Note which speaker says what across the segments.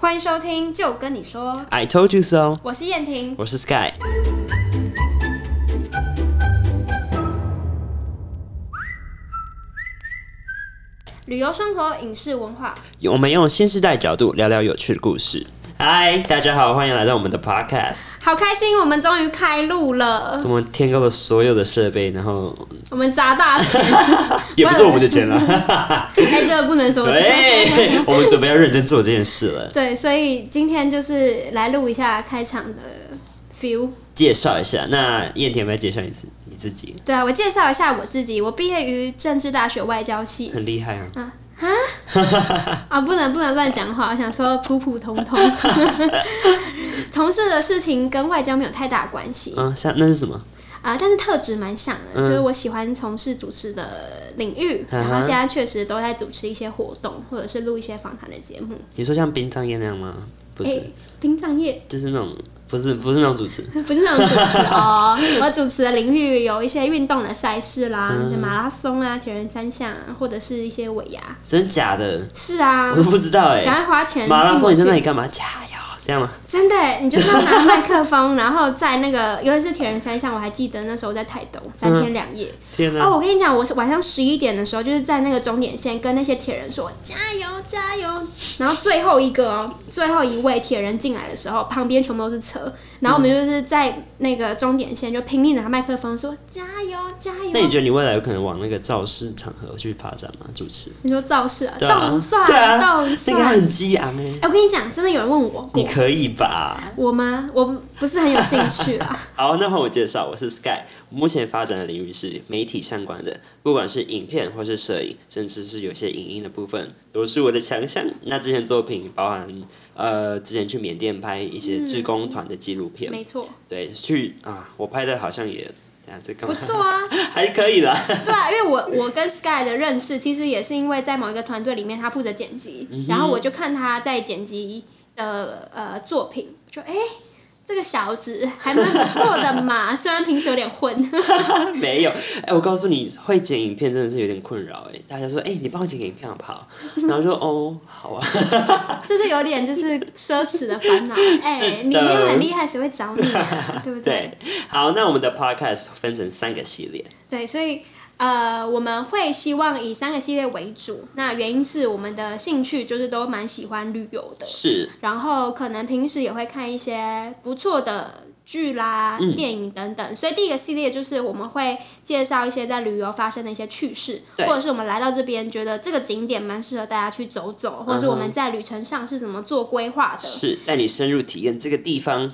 Speaker 1: 欢迎收听，就跟你说，
Speaker 2: I told you so。
Speaker 1: 我是燕婷。
Speaker 2: 我是 Sky。
Speaker 1: 旅游、生活、影视、文化，
Speaker 2: 我们用新时代角度聊聊有趣的故事。嗨，大家好，欢迎来到我们的 Podcast。
Speaker 1: 好开心，我们终于开录了
Speaker 2: 我，们添购了所有的设备，然后
Speaker 1: 我们砸大钱，
Speaker 2: 也不是我们的 钱了。
Speaker 1: 哎、这个不能 说。
Speaker 2: 对，我们准备要认真做这件事了。
Speaker 1: 对，所以今天就是来录一下开场的 feel。
Speaker 2: 介绍一下，那燕田要不要介绍你自你自己？
Speaker 1: 对啊，我介绍一下我自己，我毕业于政治大学外交 系
Speaker 2: 很厉害啊！
Speaker 1: 嗯啊，不能不能乱讲话，我想说普普通通，从事的事情跟外交没有太大关系
Speaker 2: 嗯，像那是什么？
Speaker 1: 啊、但是特质蛮像的，就是我喜欢从事主持的领域，
Speaker 2: 嗯嗯哼
Speaker 1: 然后现在确实都在主持一些活动，或者是录一些访谈的节目。
Speaker 2: 你说像冰葬业那样吗？不是，
Speaker 1: 诶，殡葬业
Speaker 2: 就是那种不是不是那种主持。
Speaker 1: 不是那种主持哦， 我主持的领域有一些运动的赛事啦，
Speaker 2: 嗯
Speaker 1: 马拉松啊、铁人三项啊，或者是一些尾牙。
Speaker 2: 真假的，
Speaker 1: 是啊
Speaker 2: 我，都不知道哎、
Speaker 1: 赶快花钱。
Speaker 2: 马拉松你在那里干嘛？加油，这样吗？
Speaker 1: 真的耶，你就是要拿麦克风，然后在那个，尤其是铁人三项，我还记得那时候在台东三天两夜。
Speaker 2: 天哪！
Speaker 1: 哦，我跟你讲，我是晚上十一点的时候，就是在那个终点线跟那些铁人说加油加油，然后最后一个哦，最后一位铁人进来的时候，旁边全部都是车，然后我们就是在那个终点线就拼命拿麦克风说加油加
Speaker 2: 那你
Speaker 1: 油。
Speaker 2: 觉得你未来有可能往那个造势场合去发展吗？主持？
Speaker 1: 你说造势啊，
Speaker 2: 对啊
Speaker 1: 动算
Speaker 2: 对啊
Speaker 1: 动
Speaker 2: 那个
Speaker 1: 算。
Speaker 2: 很激昂哎、
Speaker 1: 哎，我跟你讲，真的有人问我
Speaker 2: 你
Speaker 1: 过
Speaker 2: 可以吧？
Speaker 1: 我吗？我不是很有兴趣啊啦。
Speaker 2: 好，那换我介绍，我是 Sky，我目前发展的领域是媒体相关的，不管是影片或是摄影，甚至是有些影音的部分，都是我的强项。那之前作品包含呃，之前去缅甸拍一些志工团的纪录片，
Speaker 1: 嗯没错，
Speaker 2: 对，去啊，我拍的好像也，等一下这干
Speaker 1: 不
Speaker 2: 嘛？
Speaker 1: 错啊。
Speaker 2: 还可以啦。
Speaker 1: 对啊，因为我我跟 Sky 的认识，其实也是因为在某一个团队里面，他负责剪辑，
Speaker 2: 嗯
Speaker 1: 然后我就看他在剪辑的呃作品，就哎、诶这个小子还蛮不错的嘛，虽然平时有点混，
Speaker 2: 没有，哎、我告诉你，会剪影片真的是有点困扰哎。大家说，哎、你帮我剪个影片好不好？然后说，哦，好啊。
Speaker 1: 就是有点就是奢侈的烦恼。哎、
Speaker 2: 是的
Speaker 1: 你没有很厉害，谁会找你啊？对不
Speaker 2: 对，好，那我们的 podcast 分成三个系列，
Speaker 1: 对，所以呃，我们会希望以三个系列为主。那原因是我们的兴趣就是都蛮喜欢旅游的，
Speaker 2: 是
Speaker 1: 然后可能平时也会看一些不错的剧啦、
Speaker 2: 嗯
Speaker 1: 电影等等。所以第一个系列就是我们会介绍一些在旅游发生的一些趣事，或
Speaker 2: 对
Speaker 1: 者是我们来到这边觉得这个景点蛮适合大家去走走，或者是我们在旅程上是怎么做规划的，
Speaker 2: 嗯是带你深入体验这个地方。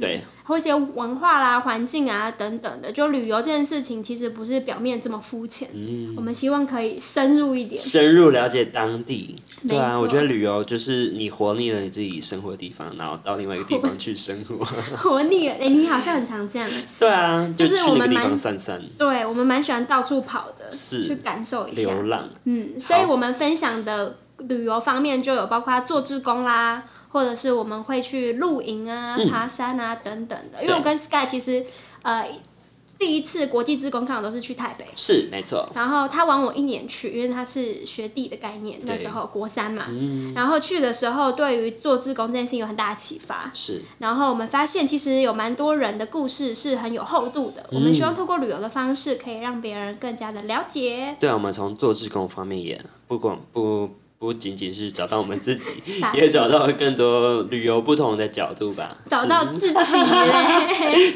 Speaker 2: 对，
Speaker 1: 或一些文化啦、环境啊等等的。就旅游这件事情，其实不是表面这么肤浅，
Speaker 2: 嗯
Speaker 1: 我们希望可以深入一 点。
Speaker 2: 深入了解当地。
Speaker 1: 没
Speaker 2: 对啊，
Speaker 1: 错
Speaker 2: 我觉得旅游就是你活腻了你自己生活的地方，然后到另外一个地方去生活。
Speaker 1: 活腻了，哎、你好像很常这样。
Speaker 2: 对啊，
Speaker 1: 就是
Speaker 2: 去
Speaker 1: 我
Speaker 2: 那
Speaker 1: 们
Speaker 2: 个地
Speaker 1: 蛮啊
Speaker 2: 方散散，
Speaker 1: 对我们蛮喜欢到处跑的，
Speaker 2: 是
Speaker 1: 去感受一下。
Speaker 2: 流浪。
Speaker 1: 嗯，所以我们分享的旅游方面就有包括做志工啦，或者是我们会去露营啊、爬山啊等等的。因为我跟 Sky 其实呃第一次国际志工看我都是去台北，
Speaker 2: 是没错，
Speaker 1: 然后他晚我一年去，因为他是学弟的概念，那时候国三嘛。然后去的时候，对于做志工这件事情有很大的启发。
Speaker 2: 是
Speaker 1: 然后我们发现，其实有蛮多人的故事是很有厚度的。我们希望透过旅游的方式，可以让别人更加的了解。
Speaker 2: 对啊，我们从做志工方面也不光不不仅仅是找到我们自己
Speaker 1: 打，
Speaker 2: 也找到更多旅游不同的角度吧。
Speaker 1: 找
Speaker 2: 是
Speaker 1: 到自己嘞。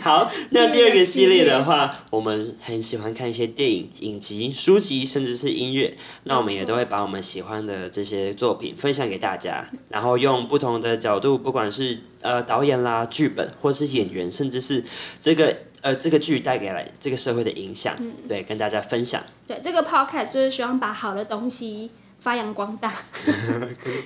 Speaker 2: 好，那
Speaker 1: 第
Speaker 2: 第
Speaker 1: 二
Speaker 2: 二
Speaker 1: 个
Speaker 2: 个
Speaker 1: 系
Speaker 2: 系
Speaker 1: 列
Speaker 2: 列的话，我们很喜欢看一些电影、影集、书籍，甚至是音乐。那我们也都会把我们喜欢的这些作品分享给大家，然后用不同的角度，不管是呃导演啦、剧本，或是演员，甚至是这个呃这个剧带给来这个社会的影响，
Speaker 1: 嗯
Speaker 2: 对，跟大家分享。
Speaker 1: 对，这个 podcast 就是希望把好的东西发扬光大，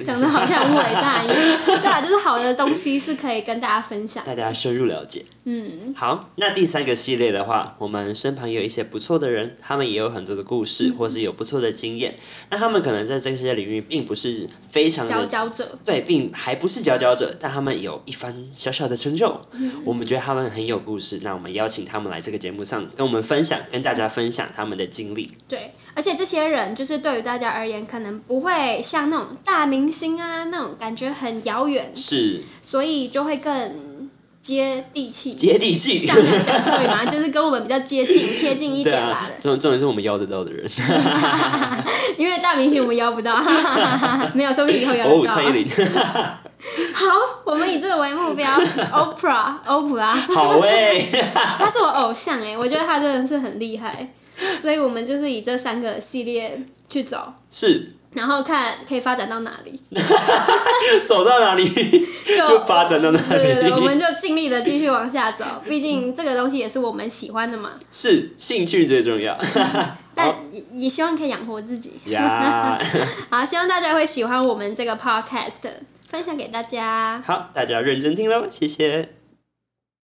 Speaker 1: 讲的好像很伟大一样。 对啊，就是好的东西是可以跟大家分享。
Speaker 2: 大家深入了解。嗯，好，那第三个系列的话，我们身旁有一些不错的人，他们也有很多的故
Speaker 1: 嗯
Speaker 2: 事，或是有不错的经验。那他们可能在这些领域并不是非常
Speaker 1: 佼
Speaker 2: 的
Speaker 1: 佼者，
Speaker 2: 对，并还不是佼佼者，但他们有一番小小的成就。
Speaker 1: 嗯
Speaker 2: 我们觉得他们很有故事，那我们邀请他们来这个节目
Speaker 1: 嗯
Speaker 2: 上跟我们分享，跟大家分享他们的经历。
Speaker 1: 对，而且这些人就是对于大家而言，可能不会像那种大明星啊那种感觉很遥远，
Speaker 2: 是
Speaker 1: 所以就会更接地气。
Speaker 2: 接地气
Speaker 1: 这。样才讲对 吗？就是跟我们比较接近、贴近一
Speaker 2: 对
Speaker 1: 点啦
Speaker 2: 啊。，重重点是我们邀得到的人，
Speaker 1: 因为大明星我们邀不到， 没有，说不定以 后邀
Speaker 2: 偶
Speaker 1: 得
Speaker 2: 尔
Speaker 1: 到
Speaker 2: 蔡。依林，
Speaker 1: 好，我们以这个为目 标，OPRA OPRA，
Speaker 2: 好哎，
Speaker 1: 他是我偶像哎、我觉得他真的是很厉害，所以我们就是以这三个系列去走，
Speaker 2: 是
Speaker 1: 然后看可以发展到哪里，
Speaker 2: 走到哪里
Speaker 1: 就
Speaker 2: 就发展到哪
Speaker 1: 对对对，我
Speaker 2: 里，
Speaker 1: 们就尽力的继续往下走， 毕竟这个东西也是我们喜欢的嘛，
Speaker 2: 是兴趣最重要
Speaker 1: 但也也希望可以养活自己。
Speaker 2: 呀。
Speaker 1: 好，希望大家会喜欢我们这个 podcast，分享给大家。
Speaker 2: 好，大家认真听喽，谢谢。